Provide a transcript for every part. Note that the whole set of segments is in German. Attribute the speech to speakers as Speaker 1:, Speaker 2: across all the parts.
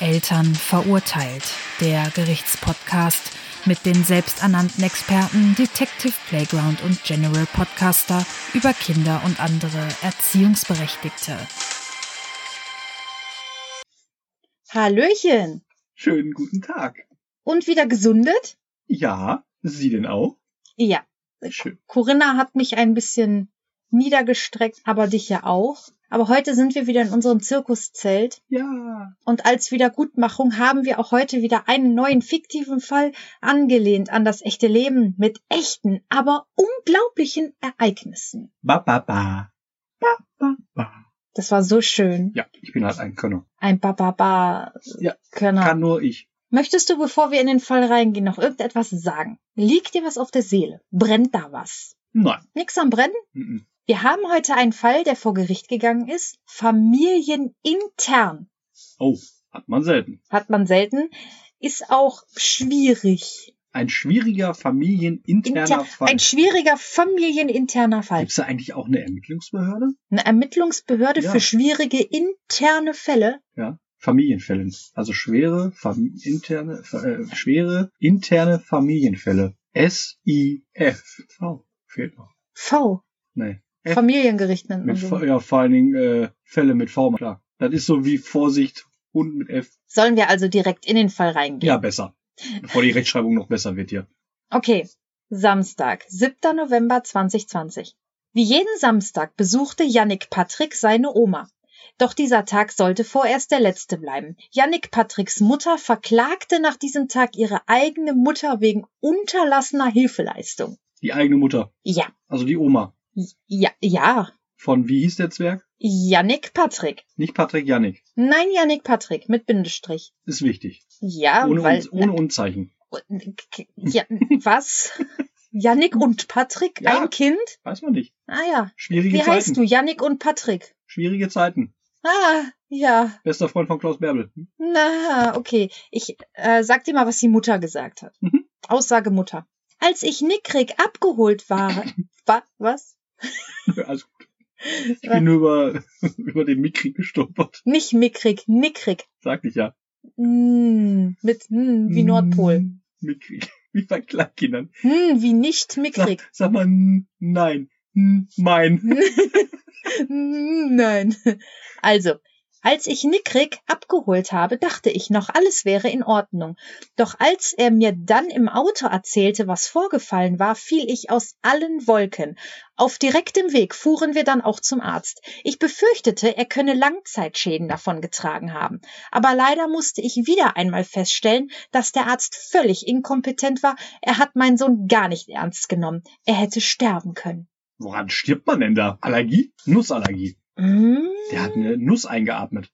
Speaker 1: Eltern verurteilt. Der Gerichtspodcast mit den selbsternannten Experten Detective Playground und General Podcaster über Kinder und andere Erziehungsberechtigte.
Speaker 2: Hallöchen
Speaker 3: Schönen guten Tag.
Speaker 2: und wieder gesundet?
Speaker 3: Ja, Sie denn auch?
Speaker 2: Ja,
Speaker 3: Schön.
Speaker 2: Corinna hat mich ein bisschen niedergestreckt, aber dich ja auch. Aber heute sind wir wieder in unserem Zirkuszelt
Speaker 3: Ja.
Speaker 2: und als Wiedergutmachung haben wir auch heute wieder einen neuen fiktiven Fall angelehnt an das echte Leben mit echten, aber unglaublichen Ereignissen.
Speaker 3: Ba, ba, ba. Ba, ba, ba.
Speaker 2: Das war so schön.
Speaker 3: Ja, ich bin halt ein Könner.
Speaker 2: Ein Bababa.
Speaker 3: Ja,
Speaker 2: Könner.
Speaker 3: Kann nur ich.
Speaker 2: Möchtest du, bevor wir in den Fall reingehen, noch irgendetwas sagen? Liegt dir was auf der Seele? Brennt da was?
Speaker 3: Nein.
Speaker 2: Nix am Brennen?
Speaker 3: Mhm.
Speaker 2: Wir haben heute einen Fall, der vor Gericht gegangen ist. Familienintern
Speaker 3: Oh, hat man selten.
Speaker 2: hat man selten, ist auch schwierig.
Speaker 3: Ein schwieriger familieninterner
Speaker 2: Inter
Speaker 3: Fall.
Speaker 2: ein schwieriger familieninterner Fall.
Speaker 3: Gibt's da eigentlich auch eine Ermittlungsbehörde?
Speaker 2: Eine Ermittlungsbehörde
Speaker 3: Ja.
Speaker 2: für schwierige interne Fälle.
Speaker 3: Ja. Familienfälle. Also schwere, fam interne, äh, schwere interne Familienfälle. S-I-F. V. Fehlt noch.
Speaker 2: V.
Speaker 3: Nee. F.
Speaker 2: Familiengericht nennt man
Speaker 3: Mit,
Speaker 2: so.
Speaker 3: V- ja, vor allen Dingen äh, Fälle mit V, klar. Das ist so wie Vorsicht, Hund mit F.
Speaker 2: Sollen wir also direkt in den Fall reingehen?
Speaker 3: Ja, besser. Bevor die Rechtschreibung noch besser wird hier.
Speaker 2: Okay, Samstag, 7. November 2020. Wie jeden Samstag besuchte Yannick Patrick seine Oma. Doch dieser Tag sollte vorerst der letzte bleiben. Yannick Patricks Mutter verklagte nach diesem Tag ihre eigene Mutter wegen unterlassener Hilfeleistung.
Speaker 3: Die eigene Mutter,
Speaker 2: Ja,
Speaker 3: also die Oma
Speaker 2: ja, ja.
Speaker 3: von, wie hieß der Zwerg?
Speaker 2: Yannick Patrick.
Speaker 3: Nicht Patrick Jannik.
Speaker 2: Nein, Yannick Patrick mit Bindestrich.
Speaker 3: Ist wichtig.
Speaker 2: Ja,
Speaker 3: ohne,
Speaker 2: Ah, weil. äh,
Speaker 3: und, ohne Unzeichen.
Speaker 2: ja, was? Yannick und Patrick?
Speaker 3: Ja.
Speaker 2: Ein Kind?
Speaker 3: Weiß man nicht.
Speaker 2: Ah ja.
Speaker 3: Schwierige
Speaker 2: Wie
Speaker 3: Zeiten.
Speaker 2: heißt du? Yannick und Patrick.
Speaker 3: Schwierige Zeiten.
Speaker 2: Ah, ja.
Speaker 3: Bester Freund von Klaus Bärbel.
Speaker 2: Na, okay. Ich äh, sag dir mal, was die Mutter gesagt hat.
Speaker 3: Mhm.
Speaker 2: Aussage Mutter. Als ich nickrig abgeholt war. wa was?
Speaker 3: Also, ich bin nur über, über den Mikri gestolpert.
Speaker 2: Nicht mickrig, nickrig.
Speaker 3: Sagte ich ja.
Speaker 2: Mm, mit mm, wie Nordpol.
Speaker 3: Mm, Mikri. Wie bei Kleinkindern.
Speaker 2: Mm, wie nicht mickrig.
Speaker 3: Sag, sag mal, mm, nein. Mm, Mein.
Speaker 2: Mm, Nein. Also, als ich Nickrick abgeholt habe, dachte ich noch, alles wäre in Ordnung. Doch als er mir dann im Auto erzählte, was vorgefallen war, fiel ich aus allen Wolken. Auf direktem Weg fuhren wir dann auch zum Arzt. Ich befürchtete, er könne Langzeitschäden davongetragen haben. Aber leider musste ich wieder einmal feststellen, dass der Arzt völlig inkompetent war. Er hat meinen Sohn gar nicht ernst genommen. Er hätte sterben können.
Speaker 3: Woran stirbt man denn da? Allergie? Nussallergie.
Speaker 2: Mm.
Speaker 3: Der hat eine Nuss eingeatmet.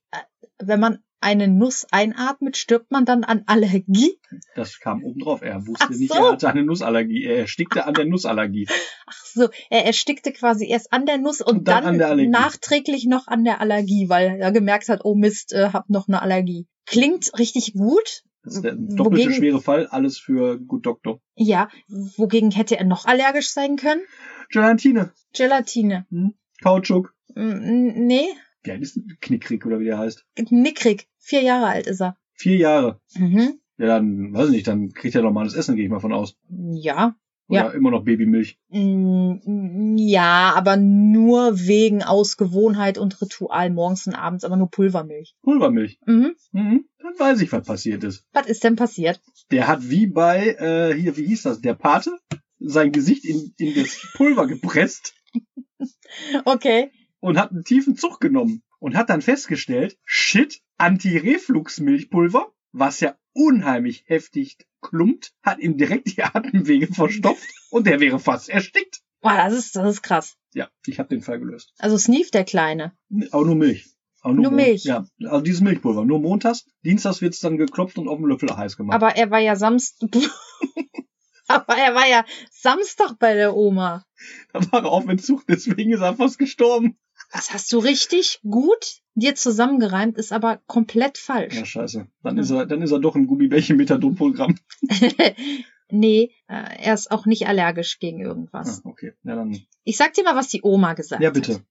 Speaker 2: wenn man eine Nuss einatmet, stirbt man dann an Allergie?
Speaker 3: Das kam obendrauf. Er wusste
Speaker 2: Ach
Speaker 3: nicht,
Speaker 2: so.
Speaker 3: er hatte eine Nussallergie. Er erstickte an der Nussallergie.
Speaker 2: Ach so, er erstickte quasi erst an der Nuss und,
Speaker 3: Und dann
Speaker 2: dann,
Speaker 3: an der Allergie.
Speaker 2: nachträglich noch an der Allergie, weil er gemerkt hat, oh Mist, äh, hab noch eine Allergie. Klingt richtig gut.
Speaker 3: Das ist der
Speaker 2: Wogegen-
Speaker 3: doppelte schwere Fall. Alles für gut Doktor.
Speaker 2: Ja, wogegen hätte er noch allergisch sein können?
Speaker 3: Gelatine.
Speaker 2: Gelatine.
Speaker 3: Kautschuk.
Speaker 2: Mm, Nee,
Speaker 3: Wie alt ist denn Knickrick oder wie der heißt?
Speaker 2: nickrig. Vier Jahre alt ist er.
Speaker 3: Vier Jahre.
Speaker 2: Mhm.
Speaker 3: Ja, dann, weiß ich nicht, dann kriegt er normales Essen, gehe ich mal von aus.
Speaker 2: Ja.
Speaker 3: Oder
Speaker 2: Ja.
Speaker 3: immer noch Babymilch.
Speaker 2: Mm, Ja, aber nur wegen aus Gewohnheit und Ritual morgens und abends, aber nur Pulvermilch.
Speaker 3: Pulvermilch.
Speaker 2: Mhm.
Speaker 3: Mhm. Dann weiß ich, was passiert ist.
Speaker 2: Was ist denn passiert?
Speaker 3: Der hat wie bei, äh, hier, wie hieß das? Der Pate? Sein Gesicht in, in das Pulver gepresst.
Speaker 2: Okay.
Speaker 3: und hat einen tiefen Zug genommen und hat dann festgestellt, shit, Anti-Reflux-Milchpulver, was ja unheimlich heftig klumpt, hat ihm direkt die Atemwege verstopft und der wäre fast erstickt.
Speaker 2: Wow, das ist, das ist krass.
Speaker 3: Ja, ich habe den Fall gelöst.
Speaker 2: Also Sneef, der Kleine.
Speaker 3: Aber nur Milch. Aber
Speaker 2: Nur
Speaker 3: Mon-
Speaker 2: Milch.
Speaker 3: Ja, also dieses Milchpulver. Nur montags, dienstags wird's dann geklopft und auf dem Löffel heiß gemacht.
Speaker 2: Aber er war ja Samstag. Aber er war ja Samstag bei der Oma.
Speaker 3: da war er auf Entzug, deswegen ist er fast gestorben.
Speaker 2: Das hast du richtig gut dir zusammengereimt, ist aber komplett falsch.
Speaker 3: Ja, scheiße. Dann ist er, dann ist er doch ein Gummibärchen Methadon-Programm.
Speaker 2: nee, äh, er ist auch nicht allergisch gegen irgendwas.
Speaker 3: Ah, okay. Ja, dann.
Speaker 2: Ich sag dir mal, was die Oma gesagt
Speaker 3: Hm. Ja,
Speaker 2: hat.
Speaker 3: bitte.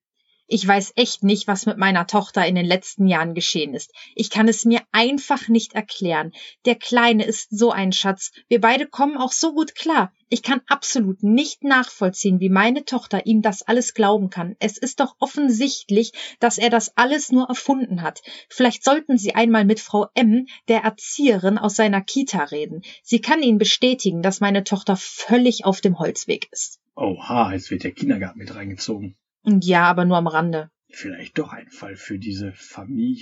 Speaker 2: Ich weiß echt nicht, was mit meiner Tochter in den letzten Jahren geschehen ist. Ich kann es mir einfach nicht erklären. Der Kleine ist so ein Schatz. Wir beide kommen auch so gut klar. Ich kann absolut nicht nachvollziehen, wie meine Tochter ihm das alles glauben kann. Es ist doch offensichtlich, dass er das alles nur erfunden hat. Vielleicht sollten Sie einmal mit Frau M, der Erzieherin aus seiner Kita, reden. Sie kann Ihnen bestätigen, dass meine Tochter völlig auf dem Holzweg ist.
Speaker 3: Oha, jetzt wird der Kindergarten mit reingezogen.
Speaker 2: Ja, aber nur am Rande.
Speaker 3: Vielleicht doch ein Fall für diese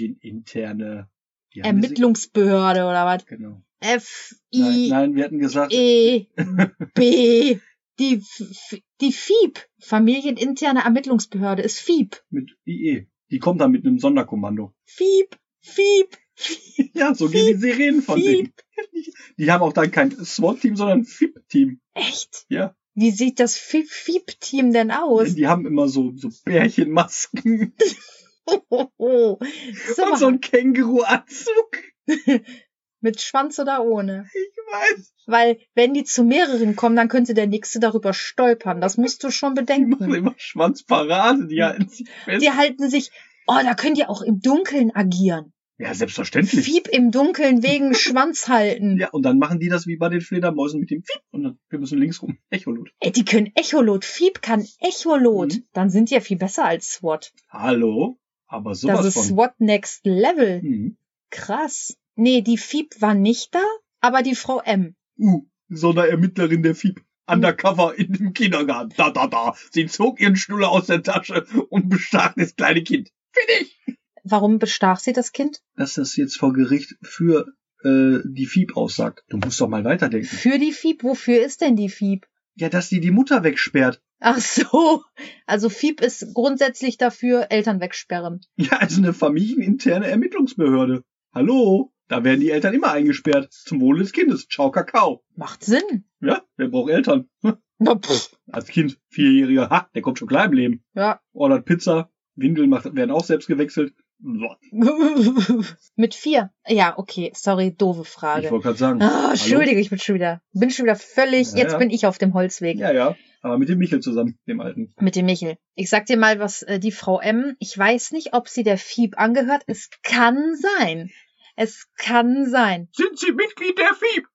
Speaker 3: familieninterne wie haben wir sie-
Speaker 2: Ermittlungsbehörde oder was?
Speaker 3: Genau.
Speaker 2: F
Speaker 3: Nein,
Speaker 2: I
Speaker 3: nein, wir hatten gesagt,
Speaker 2: E B die F- die FIB Familieninterne Ermittlungsbehörde ist FIB
Speaker 3: mit IE. Die kommt dann mit einem Sonderkommando.
Speaker 2: FIB FIB FIB
Speaker 3: Ja, so gehen die Serien von denen.
Speaker 2: FIB
Speaker 3: Die haben auch dann kein SWAT-Team, sondern ein FIP-Team.
Speaker 2: echt
Speaker 3: Ja.
Speaker 2: wie sieht das FIB Team denn aus?
Speaker 3: Die haben immer so, so Bärchenmasken
Speaker 2: Hohoho.
Speaker 3: und so
Speaker 2: So,
Speaker 3: einen Känguruanzug.
Speaker 2: mit Schwanz oder ohne?
Speaker 3: Ich weiß.
Speaker 2: Weil wenn die zu mehreren kommen, dann könnte der nächste darüber stolpern. Das musst du schon
Speaker 3: Die machen
Speaker 2: bedenken.
Speaker 3: immer Schwanzparade, die halten sich fest.
Speaker 2: Die halten sich, oh, da könnt ihr auch im Dunkeln agieren.
Speaker 3: Ja, selbstverständlich.
Speaker 2: Fieb im Dunkeln wegen Schwanz halten.
Speaker 3: Ja, und dann machen die das wie bei den Fledermäusen mit dem Fiep. Und dann, wir müssen links rum. Echolot.
Speaker 2: Ey, die können Echolot. Fieb kann Echolot.
Speaker 3: Mhm.
Speaker 2: Dann sind die ja viel besser als SWAT.
Speaker 3: Hallo? Aber
Speaker 2: Das
Speaker 3: sowas
Speaker 2: ist
Speaker 3: von.
Speaker 2: SWAT Next Level.
Speaker 3: Hm.
Speaker 2: Krass. Nee, die Fieb war nicht da, aber die Frau M.
Speaker 3: Uh, Sonderermittlerin der Fieb. Undercover in dem Kindergarten. Da, da, da. Sie zog ihren Schnuller aus der Tasche und bestach das kleine Kind.
Speaker 2: Warum bestach sie das Kind?
Speaker 3: Dass das jetzt vor Gericht für äh, die Fieb aussagt. Du musst doch mal weiterdenken.
Speaker 2: Für die Fieb? Wofür ist denn die Fieb?
Speaker 3: Ja, dass die die Mutter wegsperrt.
Speaker 2: Ach so. Also Fieb ist grundsätzlich dafür, Eltern wegsperren.
Speaker 3: Ja, also eine familieninterne Ermittlungsbehörde. Hallo? Da werden die Eltern immer eingesperrt. Zum Wohle des Kindes. Ciao, Kakao.
Speaker 2: Macht Sinn.
Speaker 3: Ja, wer braucht Eltern? Hm,
Speaker 2: Na, pff.
Speaker 3: Als Kind, Vierjähriger, ha, der kommt schon klein im Leben.
Speaker 2: Ja.
Speaker 3: Ordert Pizza, Windeln macht, werden auch selbst gewechselt. So,
Speaker 2: Mit vier. Ja, okay. Sorry, doofe Frage.
Speaker 3: ich wollte gerade sagen.
Speaker 2: Ah, Entschuldige, ich bin schon wieder, bin schon wieder völlig,
Speaker 3: Ja,
Speaker 2: jetzt
Speaker 3: ja.
Speaker 2: bin ich auf dem Holzweg
Speaker 3: Ja, ja, aber mit dem Michel zusammen, dem Alten.
Speaker 2: mit dem Michel. Ich sag dir mal, was äh, die Frau M, ich weiß nicht, ob sie der Fieb angehört. Es kann sein. Es kann sein.
Speaker 3: Sind Sie Mitglied der Fieb?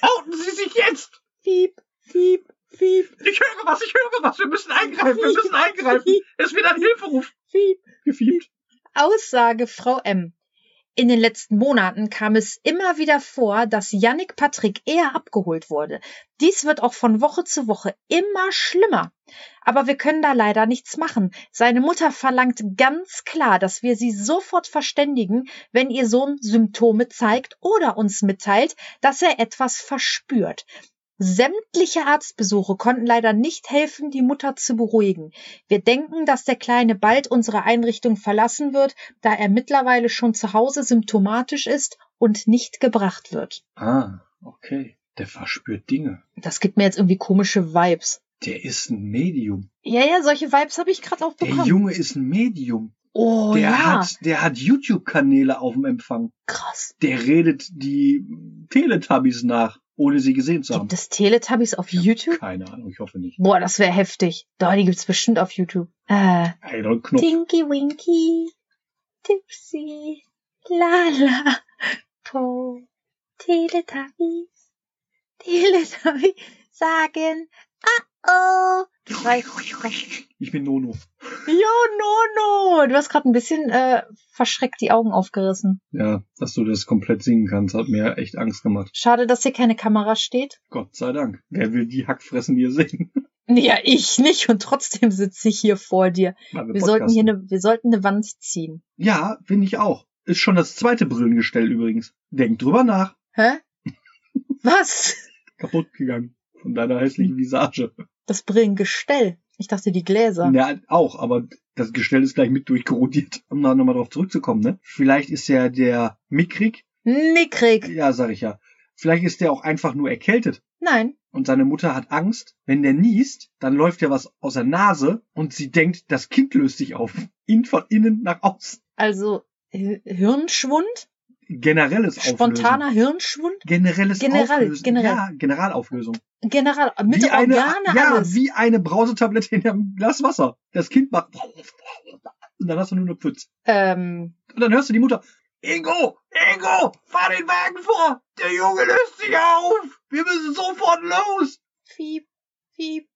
Speaker 3: Outen Sie sich jetzt!
Speaker 2: Fieb, Fieb, Fieb,
Speaker 3: Ich höre was, ich höre was. Wir müssen eingreifen, wir müssen eingreifen.
Speaker 2: Fieb,
Speaker 3: Es wird ein Hilferuf.
Speaker 2: Fieb.
Speaker 3: Gefiebt.
Speaker 2: Aussage Frau M. In den letzten Monaten kam es immer wieder vor, dass Yannick Patrick eher abgeholt wurde. Dies wird auch von Woche zu Woche immer schlimmer. Aber wir können da leider nichts machen. Seine Mutter verlangt ganz klar, dass wir sie sofort verständigen, wenn ihr Sohn Symptome zeigt oder uns mitteilt, dass er etwas verspürt. Sämtliche Arztbesuche konnten leider nicht helfen, die Mutter zu beruhigen. Wir denken, dass der Kleine bald unsere Einrichtung verlassen wird, da er mittlerweile schon zu Hause symptomatisch ist und nicht gebracht wird.
Speaker 3: Ah, okay. Der verspürt Dinge.
Speaker 2: Das gibt mir jetzt irgendwie komische Vibes.
Speaker 3: Der ist ein Medium.
Speaker 2: Ja, ja, solche Vibes habe ich gerade auch
Speaker 3: Der
Speaker 2: bekommen.
Speaker 3: Junge ist ein Medium.
Speaker 2: Oh
Speaker 3: der
Speaker 2: ja,
Speaker 3: hat, der hat YouTube-Kanäle auf dem Empfang.
Speaker 2: krass.
Speaker 3: Der redet die Teletubbies nach, ohne sie gesehen zu haben.
Speaker 2: Gibt es Teletubbies auf YouTube?
Speaker 3: Keine Ahnung, ich hoffe nicht.
Speaker 2: Boah, das wäre heftig. Doch, die gibt's bestimmt auf YouTube. Äh,
Speaker 3: Ey, drück Knopf.
Speaker 2: Tinky Winky, Tipsy, Lala, Po, Teletubbies, Teletubbies sagen, ah oh. Du weißt,
Speaker 3: Ich bin Nono.
Speaker 2: ja, no, no. Du hast gerade ein bisschen äh, verschreckt die Augen aufgerissen.
Speaker 3: Ja, dass du das komplett singen kannst, hat mir echt Angst gemacht.
Speaker 2: Schade, dass hier keine Kamera steht.
Speaker 3: Gott sei Dank. Wer will die Hackfressen hier sehen?
Speaker 2: Ja, ich nicht und trotzdem sitze ich hier vor dir.
Speaker 3: Weil
Speaker 2: Wir sollten hier
Speaker 3: podcasten.
Speaker 2: eine, wir sollten eine Wand ziehen.
Speaker 3: Ja, finde ich auch. Ist schon das zweite Brillengestell übrigens. Denk drüber nach.
Speaker 2: Hä? Was?
Speaker 3: Kaputt gegangen. Von deiner hässlichen Visage.
Speaker 2: Das Brillengestell. Ich dachte, die Gläser.
Speaker 3: Ja, auch, aber das Gestell ist gleich mit durchkorrodiert. Um da nochmal drauf zurückzukommen, ne? Vielleicht ist ja der mickrig.
Speaker 2: Nickrig.
Speaker 3: Ja, sag ich ja. Vielleicht ist der auch einfach nur erkältet.
Speaker 2: Nein.
Speaker 3: Und seine Mutter hat Angst, wenn der niest, dann läuft ja was aus der Nase und sie denkt, das Kind löst sich auf. In von innen nach außen.
Speaker 2: Also Hi- Hirnschwund?
Speaker 3: Generelles Auflösen.
Speaker 2: Spontaner Hirnschwund?
Speaker 3: Generelles
Speaker 2: Generell,
Speaker 3: Auflösen.
Speaker 2: generell.
Speaker 3: Ja, Generalauflösung.
Speaker 2: General, mit
Speaker 3: eine,
Speaker 2: Organe
Speaker 3: ja,
Speaker 2: alles.
Speaker 3: wie eine Brausetablette in einem Glas Wasser. Das Kind macht und dann hast du nur eine Pfütze.
Speaker 2: Ähm,
Speaker 3: Und dann hörst du die Mutter, Ingo, Ingo, fahr den Wagen vor, der Junge löst sich auf, wir müssen sofort los.
Speaker 2: fiep, fiep,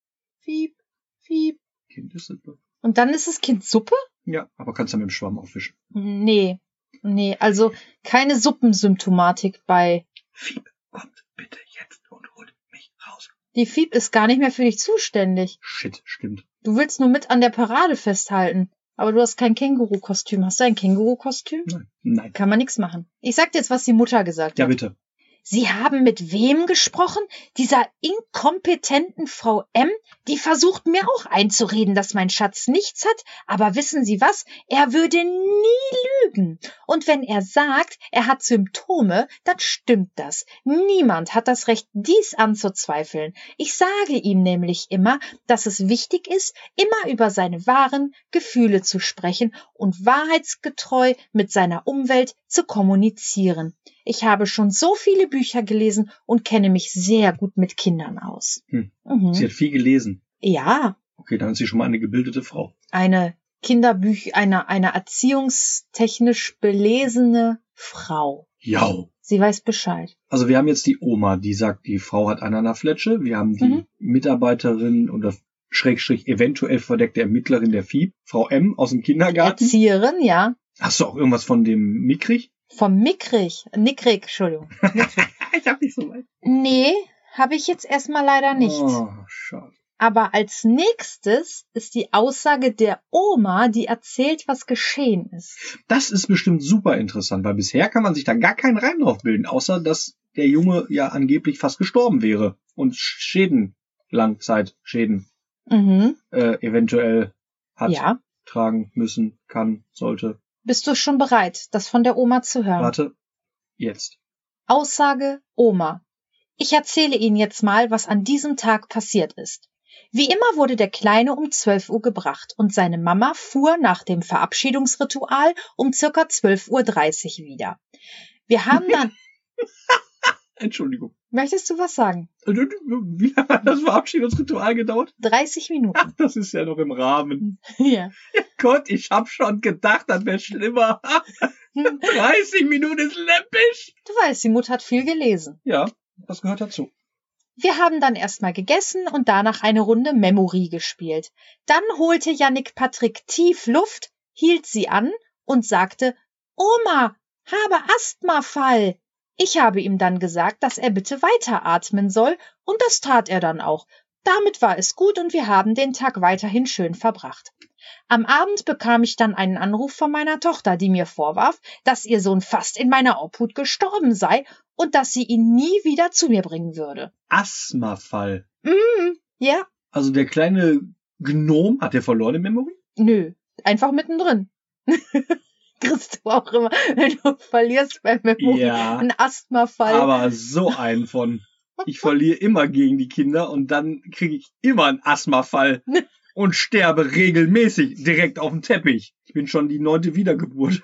Speaker 2: fiep, fieb.
Speaker 3: Kind ist es. doch.
Speaker 2: Und dann ist das Kind Suppe?
Speaker 3: Ja, aber kannst du mit dem Schwamm aufwischen.
Speaker 2: Nee. Nee, also keine Suppensymptomatik bei.
Speaker 3: Fieb, kommt bitte jetzt und holt mich raus.
Speaker 2: Die Fieb ist gar nicht mehr für dich zuständig.
Speaker 3: Shit, stimmt.
Speaker 2: Du willst nur mit an der Parade festhalten. Aber du hast kein Känguru-Kostüm. Hast du ein Känguru-Kostüm?
Speaker 3: Nein, nein.
Speaker 2: Kann man nichts machen. Ich sag dir jetzt, was die Mutter gesagt
Speaker 3: Ja,
Speaker 2: hat.
Speaker 3: bitte.
Speaker 2: Sie haben mit wem gesprochen? Dieser inkompetenten Frau M? Die versucht mir auch einzureden, dass mein Schatz nichts hat. Aber wissen Sie was? Er würde nie lügen. Und wenn er sagt, er hat Symptome, dann stimmt das. Niemand hat das Recht, dies anzuzweifeln. Ich sage ihm nämlich immer, dass es wichtig ist, immer über seine wahren Gefühle zu sprechen und wahrheitsgetreu mit seiner Umwelt zu kommunizieren. Ich habe schon so viele Bücher gelesen und kenne mich sehr gut mit Kindern aus.
Speaker 3: Hm. Sie
Speaker 2: Mhm.
Speaker 3: hat viel gelesen.
Speaker 2: Ja,
Speaker 3: Okay, dann ist sie schon mal eine gebildete Frau.
Speaker 2: eine Kinderbüch, eine, eine erziehungstechnisch belesene Frau.
Speaker 3: Jau.
Speaker 2: Sie weiß Bescheid.
Speaker 3: Also wir haben jetzt die Oma, die sagt, die Frau hat einen an der Fletsche. Wir haben die
Speaker 2: Mhm.
Speaker 3: Mitarbeiterin oder Schrägstrich eventuell verdeckte Ermittlerin der FIB, Frau M aus dem Kindergarten.
Speaker 2: Erzieherin, ja.
Speaker 3: Hast du auch irgendwas von dem Mikrich?
Speaker 2: Vom Mickrig, Nickrig, Entschuldigung.
Speaker 3: Ich hab nicht so weit.
Speaker 2: Nee, habe ich jetzt erstmal leider nicht.
Speaker 3: Oh, schade.
Speaker 2: Aber als nächstes ist die Aussage der Oma, die erzählt, was geschehen ist.
Speaker 3: Das ist bestimmt super interessant, weil bisher kann man sich da gar keinen Reim drauf bilden, außer dass der Junge ja angeblich fast gestorben wäre und Schäden, Langzeitschäden,
Speaker 2: Mhm.
Speaker 3: äh, eventuell hat,
Speaker 2: Ja.
Speaker 3: tragen müssen, kann, sollte.
Speaker 2: Bist du schon bereit, das von der Oma zu hören?
Speaker 3: Warte, jetzt.
Speaker 2: Aussage Oma. Ich erzähle Ihnen jetzt mal, was an diesem Tag passiert ist. Wie immer wurde der Kleine um 12 Uhr gebracht und seine Mama fuhr nach dem Verabschiedungsritual um circa 12.30 Uhr wieder. Wir haben dann,
Speaker 3: Entschuldigung. Äh,
Speaker 2: möchtest du was sagen?
Speaker 3: Wie lange hat das Verabschiedungsritual gedauert?
Speaker 2: 30 Minuten.
Speaker 3: Das ist ja noch im Rahmen.
Speaker 2: Ja.
Speaker 3: Gott, ich hab schon gedacht, das wäre schlimmer.
Speaker 2: Hm,
Speaker 3: 30 Minuten ist läppisch.
Speaker 2: Du weißt, die Mutter hat viel gelesen.
Speaker 3: Ja, das gehört dazu.
Speaker 2: Wir haben dann erstmal gegessen und danach eine Runde Memory gespielt. Dann holte Yannick Patrick tief Luft, hielt sie an und sagte, Oma, habe Asthmafall. Ich habe ihm dann gesagt, dass er bitte weiteratmen soll, und das tat er dann auch. Damit war es gut und wir haben den Tag weiterhin schön verbracht. Am Abend bekam ich dann einen Anruf von meiner Tochter, die mir vorwarf, dass ihr Sohn fast in meiner Obhut gestorben sei und dass sie ihn nie wieder zu mir bringen würde.
Speaker 3: Asthmafall.
Speaker 2: Mhm. Ja,
Speaker 3: Also der kleine Gnom hat der verlorene Memory?
Speaker 2: nö. Einfach mittendrin. Kriegst du auch immer, wenn du verlierst beim Memory
Speaker 3: Ja.
Speaker 2: einen Asthmafall.
Speaker 3: Aber so einen von. Ich verliere immer gegen die Kinder und dann kriege ich immer einen Asthmafall und sterbe regelmäßig direkt auf dem Teppich. Ich bin schon die neunte Wiedergeburt.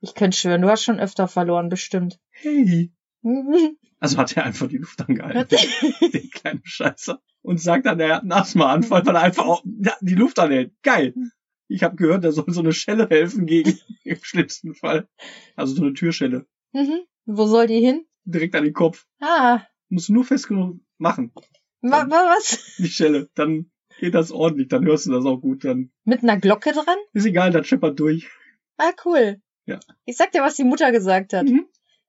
Speaker 2: ich könnte schwören, du hast schon öfter verloren, bestimmt.
Speaker 3: Hey.
Speaker 2: Mhm.
Speaker 3: Also hat er einfach die Luft angehalten, der kleine Scheißer. Und sagt dann, er hat einen Asthmaanfall, weil er einfach auch ja, die Luft anhält. Geil. Ich habe gehört, da soll so eine Schelle helfen gegen im schlimmsten Fall. Also so eine Türschelle.
Speaker 2: Mhm. Wo soll die hin?
Speaker 3: Direkt an den Kopf.
Speaker 2: Ah,
Speaker 3: Musst du nur fest genug machen,
Speaker 2: wa wa was?
Speaker 3: die Schelle. Dann geht das ordentlich, dann hörst du das auch gut. Dann
Speaker 2: Mit einer Glocke dran?
Speaker 3: ist egal, dann scheppert durch.
Speaker 2: Ah, cool.
Speaker 3: Ja.
Speaker 2: Ich sag dir, was die Mutter gesagt hat.
Speaker 3: Mhm.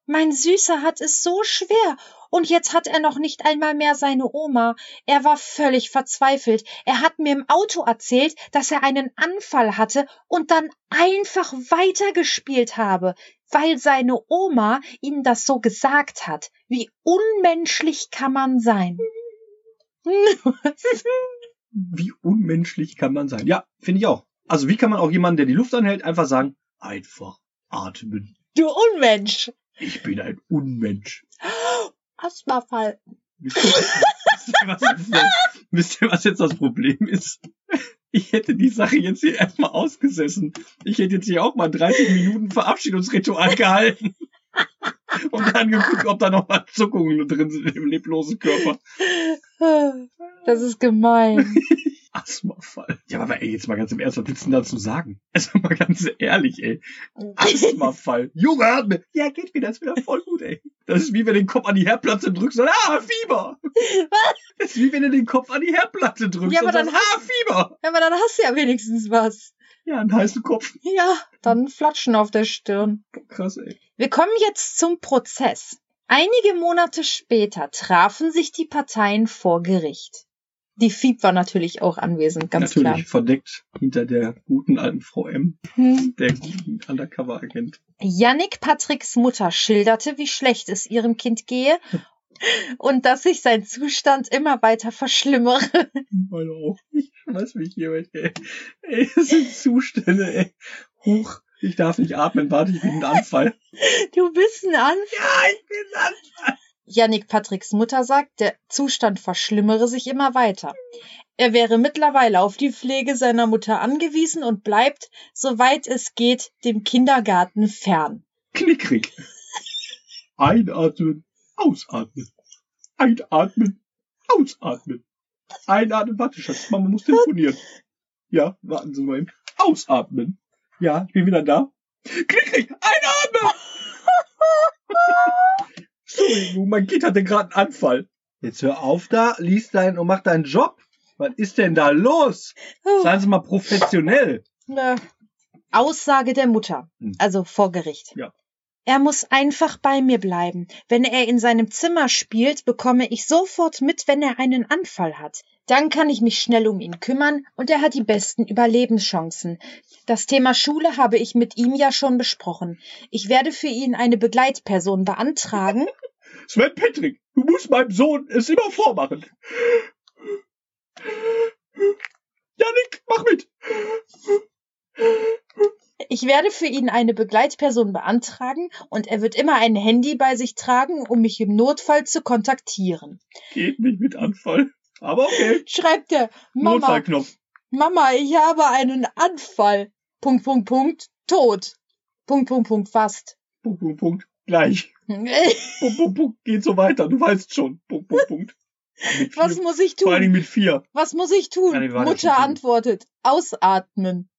Speaker 2: Mein Süßer hat es so schwer. Und jetzt hat er noch nicht einmal mehr seine Oma. Er war völlig verzweifelt. Er hat mir im Auto erzählt, dass er einen Anfall hatte und dann einfach weitergespielt habe, weil seine Oma ihm das so gesagt hat. Wie unmenschlich kann man sein?
Speaker 3: Wie unmenschlich kann man sein? Ja, finde ich auch. Also wie kann man auch jemanden, der die Luft anhält, einfach sagen, einfach atmen.
Speaker 2: Du Unmensch!
Speaker 3: Ich bin ein Unmensch.
Speaker 2: Asthmafall.
Speaker 3: Wisst ihr, wisst ihr, was jetzt das, wisst ihr, was jetzt das Problem ist? Ich hätte die Sache jetzt hier erstmal ausgesessen. Ich hätte jetzt hier auch mal 30 Minuten Verabschiedungsritual gehalten. Und dann geguckt, ob da noch mal Zuckungen drin sind im leblosen Körper.
Speaker 2: Das ist gemein.
Speaker 3: Asthmafall. Ja, aber ey, jetzt mal ganz im Ernst, was willst du denn dazu sagen? Also mal ganz ehrlich, ey. Asthmafall. Junge, atme. Ja, geht wieder, ist wieder voll gut, ey. Das ist wie wenn du den Kopf an die Herdplatte drückst und ah, Fieber.
Speaker 2: Was?
Speaker 3: Das ist wie wenn du den Kopf an die Herdplatte drückst
Speaker 2: Ja, aber
Speaker 3: und
Speaker 2: dann
Speaker 3: sagst, ah, Fieber.
Speaker 2: Aber dann hast du ja wenigstens was.
Speaker 3: Ja, einen heißen Kopf.
Speaker 2: Ja, dann Flatschen auf der Stirn.
Speaker 3: Krass, ey.
Speaker 2: Wir kommen jetzt zum Prozess. Einige Monate später trafen sich die Parteien vor Gericht. Die FIB war natürlich auch anwesend, ganz
Speaker 3: Natürlich verdeckt hinter der guten alten Frau M,
Speaker 2: klar.
Speaker 3: der guten Undercover-Agent.
Speaker 2: Hm. Yannick Patricks Mutter schilderte, wie schlecht es ihrem Kind gehe und dass sich sein Zustand immer weiter verschlimmere.
Speaker 3: Meine auch. Ich weiß mich hier, ey. Ey, das sind Zustände, ey. Huch. Ich darf nicht atmen, warte, ich bin ein Anfall.
Speaker 2: Du bist ein An.
Speaker 3: Ja, ich bin ein Anfall.
Speaker 2: Yannick Patricks Mutter sagt, der Zustand verschlimmere sich immer weiter. Er wäre mittlerweile auf die Pflege seiner Mutter angewiesen und bleibt, soweit es geht, dem Kindergarten fern.
Speaker 3: knickrig. Einatmen, ausatmen. Einatmen, ausatmen. Einatmen, warte, Schatz, Mama muss telefonieren. Ja, warten Sie mal eben. Ausatmen. Ja, ich bin wieder da. Knickrig, einatmen! Entschuldigung, mein Kind hatte gerade einen Anfall. Jetzt hör auf da, lies deinen und mach deinen Job. Was ist denn da los? Seien Sie mal professionell.
Speaker 2: Na. Aussage der Mutter,
Speaker 3: Hm.
Speaker 2: also vor Gericht.
Speaker 3: Ja.
Speaker 2: Er muss einfach bei mir bleiben. Wenn er in seinem Zimmer spielt, bekomme ich sofort mit, wenn er einen Anfall hat. Dann kann ich mich schnell um ihn kümmern und er hat die besten Überlebenschancen. Das Thema Schule habe ich mit ihm ja schon besprochen. Ich werde für ihn eine Begleitperson beantragen.
Speaker 3: Sven Patrick, du musst meinem Sohn es immer vormachen. Janik, mach mit.
Speaker 2: Ich werde für ihn eine Begleitperson beantragen und er wird immer ein Handy bei sich tragen, um mich im Notfall zu kontaktieren.
Speaker 3: Geht nicht mit Anfall. Aber okay.
Speaker 2: Schreibt er, Mama,
Speaker 3: Notfallknopf.
Speaker 2: Mama, ich habe einen Anfall. Punkt, Punkt, Punkt, tot. Punkt, Punkt, Punkt, fast. Hm,
Speaker 3: Punkt, Punkt, Punkt. Gleich. Punkt, Punkt, Punkt. Geht so weiter. Du weißt schon. Punkt, Punkt, Punkt. Mit vier.
Speaker 2: Was muss ich
Speaker 3: Vor allen Dingen
Speaker 2: tun?
Speaker 3: mit vier.
Speaker 2: Was muss ich
Speaker 3: Ja,
Speaker 2: tun?
Speaker 3: die war da schon
Speaker 2: Mutter
Speaker 3: drin.
Speaker 2: antwortet, ausatmen.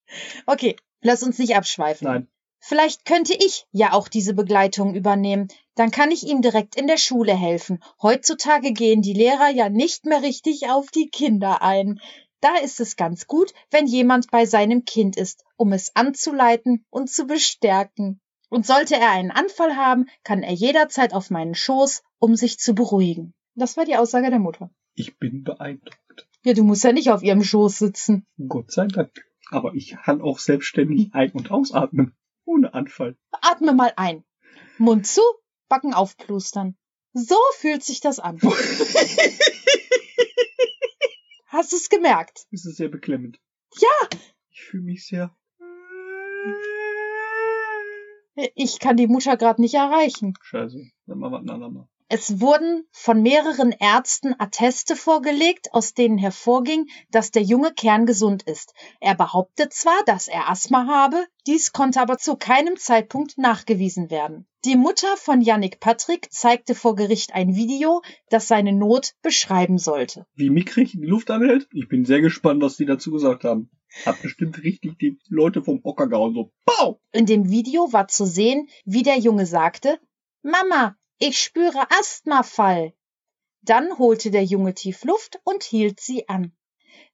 Speaker 2: Okay, lass uns nicht abschweifen.
Speaker 3: Nein.
Speaker 2: Vielleicht könnte ich ja auch diese Begleitung übernehmen. Dann kann ich ihm direkt in der Schule helfen. Heutzutage gehen die Lehrer ja nicht mehr richtig auf die Kinder ein. Da ist es ganz gut, wenn jemand bei seinem Kind ist, um es anzuleiten und zu bestärken. Und sollte er einen Anfall haben, kann er jederzeit auf meinen Schoß, um sich zu beruhigen. Das war die Aussage der Mutter.
Speaker 3: Ich bin beeindruckt.
Speaker 2: Ja, du musst ja nicht auf ihrem Schoß sitzen.
Speaker 3: Gott sei Dank. Aber ich kann auch selbstständig ein- und ausatmen. Ohne Anfall.
Speaker 2: Atme mal ein. Mund zu, Backen aufplustern. So fühlt sich das an. Hast du es gemerkt?
Speaker 3: Es ist sehr beklemmend.
Speaker 2: Ja.
Speaker 3: Ich fühle mich sehr.
Speaker 2: Ich kann die Mutter gerade nicht erreichen.
Speaker 3: Scheiße. Dann machen wir ein andermal.
Speaker 2: Es wurden von mehreren Ärzten Atteste vorgelegt, aus denen hervorging, dass der junge Kern gesund ist. Er behauptet zwar, dass er Asthma habe, dies konnte aber zu keinem Zeitpunkt nachgewiesen werden. Die Mutter von Yannick Patrick zeigte vor Gericht ein Video, das seine Not beschreiben sollte.
Speaker 3: wie mickrig die Luft anhält. Ich bin sehr gespannt, was die dazu gesagt haben. Hat bestimmt richtig die Leute vom Hocker gehauen. So, pow!
Speaker 2: In dem Video war zu sehen, wie der Junge sagte, Mama, ich spüre Asthmafall. Dann holte der Junge tief Luft und hielt sie an.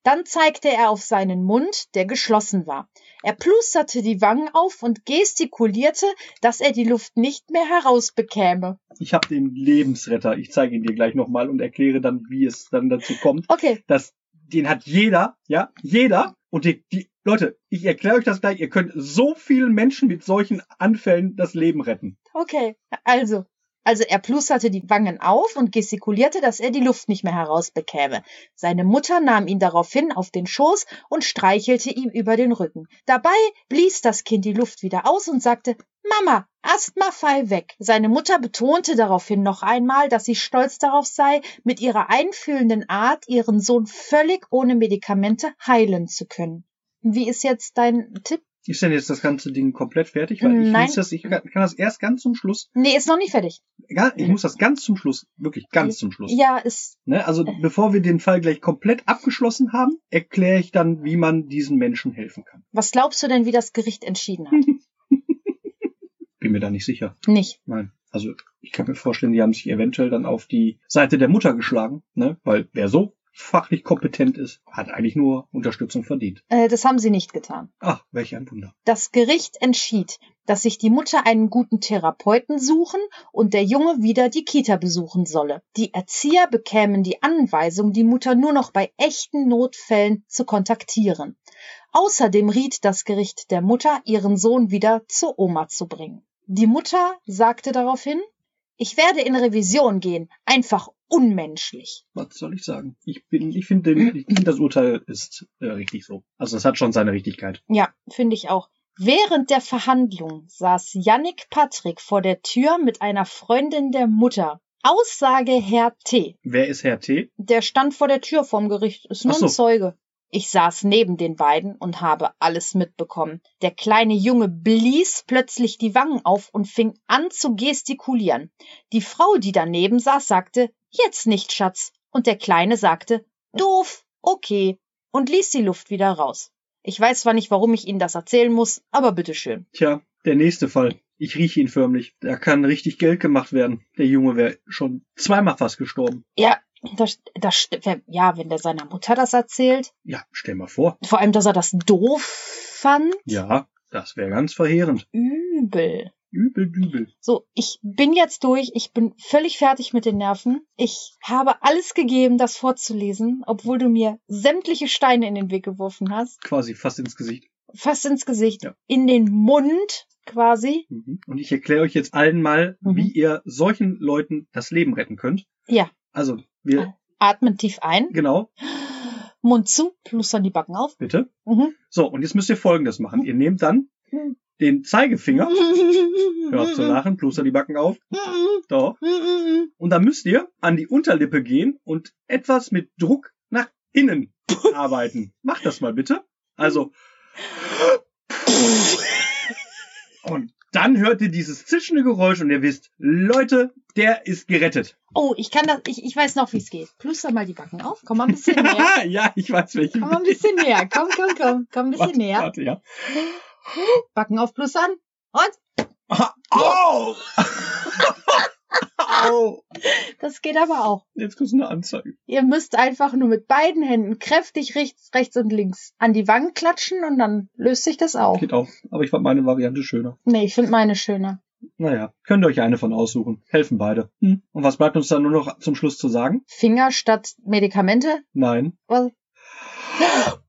Speaker 2: Dann zeigte er auf seinen Mund, der geschlossen war. Er plusterte die Wangen auf und gestikulierte, dass er die Luft nicht mehr herausbekäme.
Speaker 3: Ich habe den Lebensretter. Ich zeige ihn dir gleich nochmal und erkläre dann, wie es dann dazu kommt.
Speaker 2: Okay,
Speaker 3: Dass den hat jeder, ja, jeder. Und die, die Leute, ich erkläre euch das gleich. Ihr könnt so vielen Menschen mit solchen Anfällen das Leben retten.
Speaker 2: okay, also. Also er plusterte die Wangen auf und gestikulierte, dass er die Luft nicht mehr herausbekäme. Seine Mutter nahm ihn daraufhin auf den Schoß und streichelte ihm über den Rücken. Dabei blies das Kind die Luft wieder aus und sagte Mama, Asthmafall weg. Seine Mutter betonte daraufhin noch einmal, dass sie stolz darauf sei, mit ihrer einfühlenden Art ihren Sohn völlig ohne Medikamente heilen zu können. Wie ist jetzt dein Tipp?
Speaker 3: Ist denn jetzt das ganze Ding komplett fertig? Weil ich,
Speaker 2: Nein.
Speaker 3: muss das, ich kann kann das erst ganz zum Schluss,
Speaker 2: Nee, ist noch nicht fertig.
Speaker 3: ja, ich muss das ganz zum Schluss, wirklich ganz zum Schluss.
Speaker 2: Ja, ist.
Speaker 3: Ne? Also bevor wir den Fall gleich komplett abgeschlossen haben, erkläre ich dann, wie man diesen Menschen helfen kann.
Speaker 2: Was glaubst du denn, wie das Gericht entschieden hat?
Speaker 3: Bin mir da nicht sicher.
Speaker 2: nicht.
Speaker 3: Nein. Also ich kann mir vorstellen, die haben sich eventuell dann auf die Seite der Mutter geschlagen, ne? weil wer so fachlich kompetent ist, hat eigentlich nur Unterstützung verdient.
Speaker 2: Äh, das haben sie nicht getan.
Speaker 3: Ach, welch ein Wunder.
Speaker 2: Das Gericht entschied, dass sich die Mutter einen guten Therapeuten suchen und der Junge wieder die Kita besuchen solle. Die Erzieher bekämen die Anweisung, die Mutter nur noch bei echten Notfällen zu kontaktieren. Außerdem riet das Gericht der Mutter, ihren Sohn wieder zur Oma zu bringen. Die Mutter sagte daraufhin, ich werde in Revision gehen, einfach unmenschlich.
Speaker 3: Was soll ich sagen? Ich bin, ich finde, ich finde das Urteil ist äh, richtig so. Also es hat schon seine Richtigkeit.
Speaker 2: Ja, finde ich auch. Während der Verhandlung saß Yannick Patrick vor der Tür mit einer Freundin der Mutter. Aussage Herr T.
Speaker 3: Wer ist Herr T?
Speaker 2: Der stand vor der Tür vom Gericht, ist nur
Speaker 3: Ach
Speaker 2: ein
Speaker 3: so.
Speaker 2: Zeuge. Ich saß neben den beiden und habe alles mitbekommen. Der kleine Junge blies plötzlich die Wangen auf und fing an zu gestikulieren. Die Frau, die daneben saß, sagte, jetzt nicht, Schatz. Und der Kleine sagte, doof, okay, und ließ die Luft wieder raus. Ich weiß zwar nicht, warum ich Ihnen das erzählen muss, aber bitteschön.
Speaker 3: Tja, der nächste Fall. Ich rieche ihn förmlich. Da kann richtig Geld gemacht werden. Der Junge wäre schon zweimal fast gestorben.
Speaker 2: Ja, das, das, st- wer- ja, wenn der seiner Mutter das erzählt,
Speaker 3: Ja, stell mal vor.
Speaker 2: vor allem, dass er das doof fand,
Speaker 3: Ja, das wäre ganz verheerend.
Speaker 2: übel.
Speaker 3: Übel, dübel.
Speaker 2: So, ich bin jetzt durch. Ich bin völlig fertig mit den Nerven. Ich habe alles gegeben, das vorzulesen, obwohl du mir sämtliche Steine in den Weg geworfen hast.
Speaker 3: Quasi fast ins Gesicht.
Speaker 2: Fast ins Gesicht,
Speaker 3: Ja.
Speaker 2: in den Mund quasi.
Speaker 3: Mhm. Und ich erkläre euch jetzt allen mal,
Speaker 2: Mhm.
Speaker 3: wie ihr solchen Leuten das Leben retten könnt.
Speaker 2: Ja. Ah.
Speaker 3: Also, wir,
Speaker 2: Atmen tief ein,
Speaker 3: genau,
Speaker 2: Mund zu, plustern die Backen auf.
Speaker 3: bitte.
Speaker 2: Mhm.
Speaker 3: So, und jetzt müsst ihr Folgendes machen. Ihr nehmt dann den Zeigefinger, hör auf zu lachen, plustert die Backen auf, doch. Und dann müsst ihr an die Unterlippe gehen und etwas mit Druck nach innen arbeiten. Macht das mal bitte. Also. Und dann hört ihr dieses zischende Geräusch und ihr wisst, Leute, der ist gerettet.
Speaker 2: Oh, ich kann das, ich, ich weiß noch, wie es geht. Pluster mal die Backen auf, komm mal ein bisschen näher.
Speaker 3: ja, ich weiß welchen.
Speaker 2: Komm mal ein bisschen näher, komm, komm, komm, komm ein bisschen
Speaker 3: Warte,
Speaker 2: näher.
Speaker 3: Warte, ja.
Speaker 2: Backen auf, plustern und
Speaker 3: Au! Au!
Speaker 2: das geht aber auch.
Speaker 3: Jetzt kriegst du eine Anzeige.
Speaker 2: Ihr müsst einfach nur mit beiden Händen kräftig rechts, rechts und links an die Wangen klatschen und dann löst sich das auf.
Speaker 3: Geht auf. Aber ich fand meine Variante schöner.
Speaker 2: Nee, ich finde meine schöner.
Speaker 3: Naja, könnt ihr euch eine von aussuchen. Helfen beide. Hm. Und was bleibt uns dann nur noch zum Schluss zu sagen?
Speaker 2: Finger statt Medikamente?
Speaker 3: Nein.
Speaker 2: Was?